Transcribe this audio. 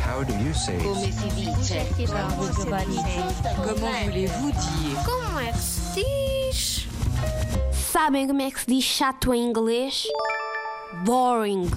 How do you say it? Come si dice? Come si dice? Comment voulez-vous dire Como é que se diz? Sabem como é que se diz chato em inglês? Boring.